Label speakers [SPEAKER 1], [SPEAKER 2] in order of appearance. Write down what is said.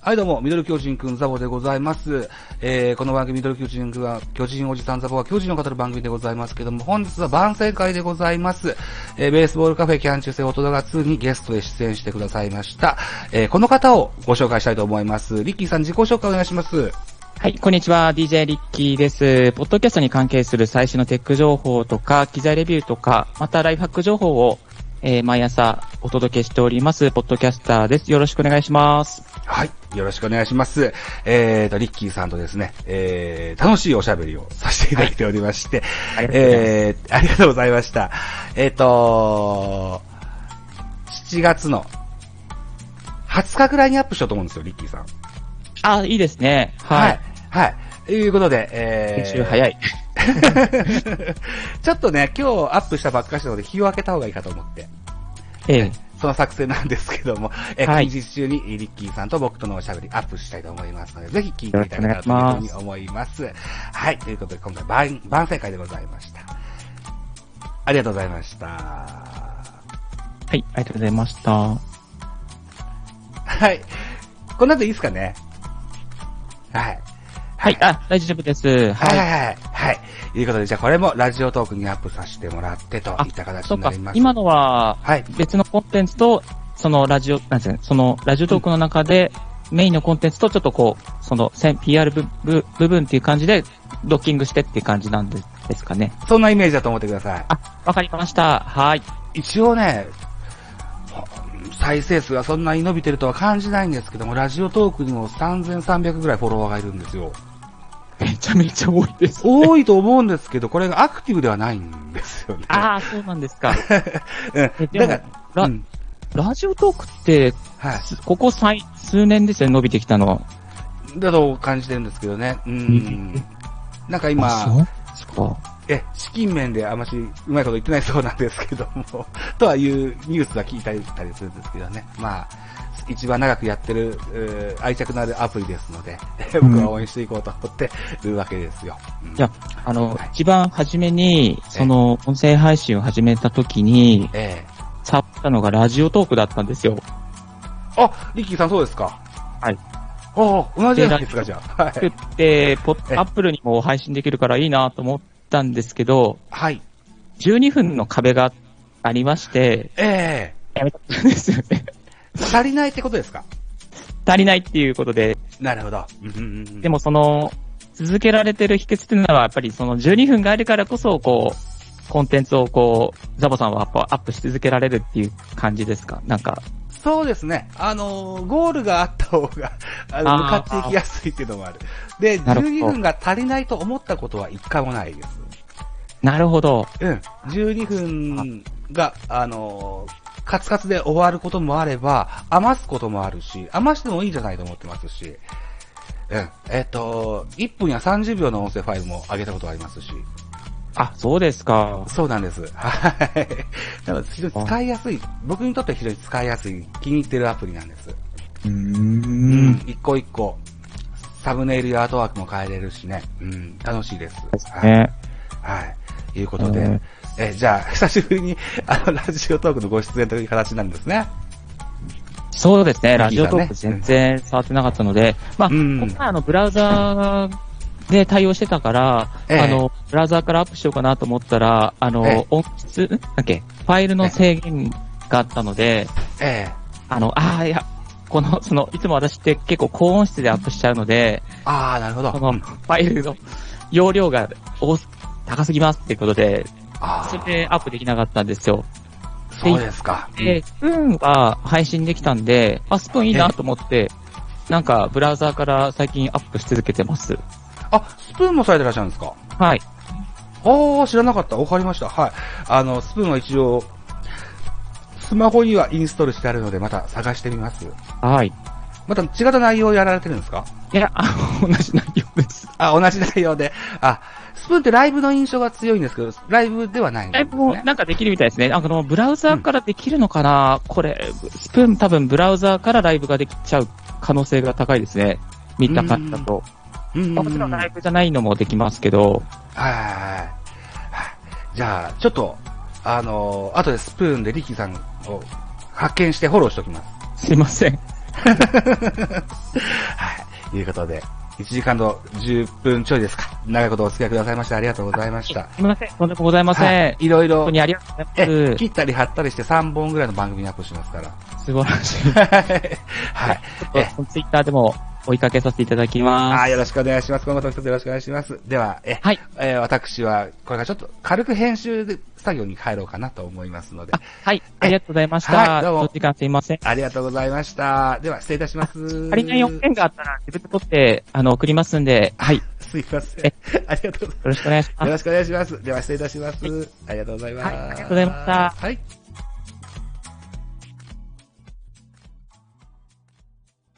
[SPEAKER 1] はい、どうも、ミドル巨人くんザボでございます。えー、この番組ミドル巨人くんは、巨人おじさんザボは巨人を語る番組でございますけども、本日は番宣会でございます。えー、ベースボールカフェキャン中世大人が2にゲストで出演してくださいました。えー、この方をご紹介したいと思います。リッキーさん自己紹介お願いします。
[SPEAKER 2] はい、こんにちは。DJ リッキーです。ポッドキャストに関係する最新のテック情報とか、機材レビューとか、またライフハック情報を、えー毎朝お届けしております。ポッドキャスターです。よろしくお願いします。
[SPEAKER 1] はい。よろしくお願いします。えーと、リッキーさんとですね、えー、楽しいおしゃべりをさせていただいておりまして、
[SPEAKER 2] ありがとうございます
[SPEAKER 1] えー、ありがとうございました。えーと、7月の20日ぐらいにアップしようと思うんですよ、リッキーさん。
[SPEAKER 2] あ、いいですね。はい。。
[SPEAKER 1] はい。ということで、え
[SPEAKER 2] 編
[SPEAKER 1] ー、
[SPEAKER 2] 集早い。
[SPEAKER 1] ちょっとね、今日アップしたばっかしなので、日を明けた方がいいかと思って。
[SPEAKER 2] ええ
[SPEAKER 1] その作戦なんですけども、えー、
[SPEAKER 2] はい
[SPEAKER 1] 近日中にリッキーさんと僕とのおしゃべりアップしたいと思いますので、ぜひ聞いていただけたらというふうに思います。はい、ということで今回晩、晩成会でございました。ありがとうございました。
[SPEAKER 2] はい、ありがとうございました。は
[SPEAKER 1] はい。こんなでいいですかねはい。
[SPEAKER 2] い、あ、大丈夫で
[SPEAKER 1] はい
[SPEAKER 2] す。は
[SPEAKER 1] はい
[SPEAKER 2] い。
[SPEAKER 1] はい。はい。ということで、じゃあこれもラジオトークにアップさせてもらってといった形
[SPEAKER 2] そう
[SPEAKER 1] にな
[SPEAKER 2] か
[SPEAKER 1] りま、す。
[SPEAKER 2] 今のは、
[SPEAKER 1] はい。
[SPEAKER 2] 別のコンテンツと、そのラジオ、なんですかね、そのラジオトークの中で、メインのコンテンツとちょっとこう、そのせん PR 部部部分っていう感じで、ドッキングしてっていう感じなんでですかね。
[SPEAKER 1] そんなイメージだと思ってください。
[SPEAKER 2] あ、わかりました。はい。
[SPEAKER 1] 一応ね、再生数がそんなに伸びてるとは感じないんですけども、ラジオトークにも3300ぐらいフォロワーがいるんですよ。
[SPEAKER 2] めちゃめちゃ多いです。
[SPEAKER 1] 多いと思うんですけど、これがアクティブではないんですよね。
[SPEAKER 2] ああ、そうなんです か。
[SPEAKER 1] う
[SPEAKER 2] え
[SPEAKER 1] ん、だ
[SPEAKER 2] でも
[SPEAKER 1] から、
[SPEAKER 2] ラ
[SPEAKER 1] うん、
[SPEAKER 2] ラジオトークって、
[SPEAKER 1] はい。
[SPEAKER 2] すここ最、数年ですよね、伸びてきたの。
[SPEAKER 1] だと感じてるんですけどね。うん。なんか
[SPEAKER 2] そう
[SPEAKER 1] 今、
[SPEAKER 2] ですか。
[SPEAKER 1] え、資金面であましうまいこと言ってないそうなんですけども、 とはいうニュースは聞いたりしたりするんですけどね。まあ、一番長くやってる、えー愛着のあるアプリですので、 僕は応援していこうと思ってるわけですよ。うん
[SPEAKER 2] いやあの、
[SPEAKER 1] はい
[SPEAKER 2] 一番初めに、その、音声配信を始めた時に、
[SPEAKER 1] ええ
[SPEAKER 2] 触ったのがラジオトークだったんですよ。
[SPEAKER 1] あ、リッキーさんそうですか。
[SPEAKER 2] はい。
[SPEAKER 1] ああ、同じじゃないですか、じゃあ。は
[SPEAKER 2] 作
[SPEAKER 1] い。
[SPEAKER 2] って、ポッ
[SPEAKER 1] え
[SPEAKER 2] アップルにも配信できるからいいなと思ったんですけど、
[SPEAKER 1] はい。
[SPEAKER 2] 12分の壁がありまして、
[SPEAKER 1] え
[SPEAKER 2] やめたんですよね。
[SPEAKER 1] え足りないってことですか
[SPEAKER 2] 足りないっていうことで、
[SPEAKER 1] なるほど。うんうんうん
[SPEAKER 2] でもその、続けられてる秘訣っていうのは、やっぱりその12分があるからこそ、こう、コンテンツをこう、ザボさんはやっぱアップし続けられるっていう感じですかなんか、
[SPEAKER 1] そうですね。あのーゴールがあった方が、 あの、
[SPEAKER 2] あー
[SPEAKER 1] 向かっていきやすいっていうのもある。で、
[SPEAKER 2] なるほど
[SPEAKER 1] 12分が足りないと思ったことは一回もないです。
[SPEAKER 2] なるほど。
[SPEAKER 1] うん。12分が、あのーカツカツで終わることもあれば、余すこともあるし、余してもいいんじゃないと思ってますし、うん。えっ、と、1分や30秒の音声ファイルも上げたことありますし、
[SPEAKER 2] あ、そうですか。
[SPEAKER 1] そうなんです。はい。 なので、非常に使いやすい、僕にとっては非常に使いやすい、気に入ってるアプリなんです。
[SPEAKER 2] う
[SPEAKER 1] う
[SPEAKER 2] ー。
[SPEAKER 1] ん一個一個、サムネイルやアートワークも変えれるしね。うん、楽しいです。はい。
[SPEAKER 2] ね。
[SPEAKER 1] はい。いうことで、
[SPEAKER 2] えー
[SPEAKER 1] え、じゃあ、久しぶりに、 あの、ラジオトークのご出演という形なんですね。
[SPEAKER 2] そうですね、
[SPEAKER 1] ラ
[SPEAKER 2] ラ
[SPEAKER 1] ジ
[SPEAKER 2] ジ
[SPEAKER 1] オ
[SPEAKER 2] オ
[SPEAKER 1] ト
[SPEAKER 2] ト
[SPEAKER 1] ー
[SPEAKER 2] ー
[SPEAKER 1] ク
[SPEAKER 2] ク
[SPEAKER 1] 全
[SPEAKER 2] 全然触ってなかったので、まあ、
[SPEAKER 1] うん
[SPEAKER 2] 今回あの、ブラウザーで対応してたから、
[SPEAKER 1] ええ
[SPEAKER 2] あの、ブラウザーからアップしようかなと思ったら、あの、
[SPEAKER 1] ええ
[SPEAKER 2] 音質、んなんだっけ、ファイルの制限があったので、
[SPEAKER 1] ええ
[SPEAKER 2] あの、ああ、いや、この、その、いつも私って結構高音質でアップしちゃうので、
[SPEAKER 1] あー、なるほど。
[SPEAKER 2] この
[SPEAKER 1] うん
[SPEAKER 2] ファイルの容量が多す高すぎますっていうことで、
[SPEAKER 1] あ
[SPEAKER 2] それ
[SPEAKER 1] ー
[SPEAKER 2] でアップできなかったんですよ。
[SPEAKER 1] そうですか。
[SPEAKER 2] で、スプーンは配信できたんで、あ、スプーンいいなと思って、なんかブラウザーから最近アップし続けてます。
[SPEAKER 1] あ、スプーンもされてらっしゃるんですか
[SPEAKER 2] はい。
[SPEAKER 1] ああ、知らなかった。わかりました。はい。あの、スプーンは一応、スマホにはインストールしてあるので、また探してみます。
[SPEAKER 2] はい。
[SPEAKER 1] また違った内容をやられてるんですか
[SPEAKER 2] いや、あの同じ内容です。
[SPEAKER 1] あ、同じ内容で。あ、スプーンってライブの印象が強いんですけど、ライブではないんで
[SPEAKER 2] ラ
[SPEAKER 1] すね。
[SPEAKER 2] イブもなんかできるみたいですね。なんかあの、ブラウザーからできるのかな、これ、スプーン多分ブラウザーからライブができちゃう可能性が高いですね。見たかったと。
[SPEAKER 1] うんうんうん
[SPEAKER 2] まあもちろんライブじゃないのもできますけど、
[SPEAKER 1] はいはいはいはい。じゃあ、ちょっと、あのー、後でスプーンでリキさんを発見してフォローしておき ます。
[SPEAKER 2] すいません。
[SPEAKER 1] はい。ということで、1時間と10分ちょいですか。長いことお付き合いくださいましてありがとうございました。
[SPEAKER 2] すいません。とんでもございません。
[SPEAKER 1] はい。いろい
[SPEAKER 2] 本
[SPEAKER 1] ろ
[SPEAKER 2] 当、にありがとうござい
[SPEAKER 1] え、
[SPEAKER 2] ま
[SPEAKER 1] 切ったり貼ったりして3本ぐらいの番組にアップします から。
[SPEAKER 2] す。素晴らしい。
[SPEAKER 1] はい。え
[SPEAKER 2] ツイッターでも追いかけさせていただきま
[SPEAKER 1] あー
[SPEAKER 2] す。
[SPEAKER 1] よろしくお願いします。今後とも一つよろしくお願いします。では、え、
[SPEAKER 2] はい。
[SPEAKER 1] えー私は、これからちょっと軽く編集で作業に入ろうかなと思いますので
[SPEAKER 2] あ、、はい。ありがとうございまし
[SPEAKER 1] はい
[SPEAKER 2] た。
[SPEAKER 1] どうも
[SPEAKER 2] 長時間すいません。
[SPEAKER 1] ありがとうございました。では、失礼いたします。
[SPEAKER 2] 仮に4件があったら、自分で取って、あの、送りますんで、はい。よ
[SPEAKER 1] すいません
[SPEAKER 2] え。
[SPEAKER 1] ありがとうござい
[SPEAKER 2] ろしくお願いし
[SPEAKER 1] ま。
[SPEAKER 2] ますす
[SPEAKER 1] よ。ろしくお願いします。では、失礼いたします。ありがとうございます。
[SPEAKER 2] はいありがとうございました
[SPEAKER 1] はい。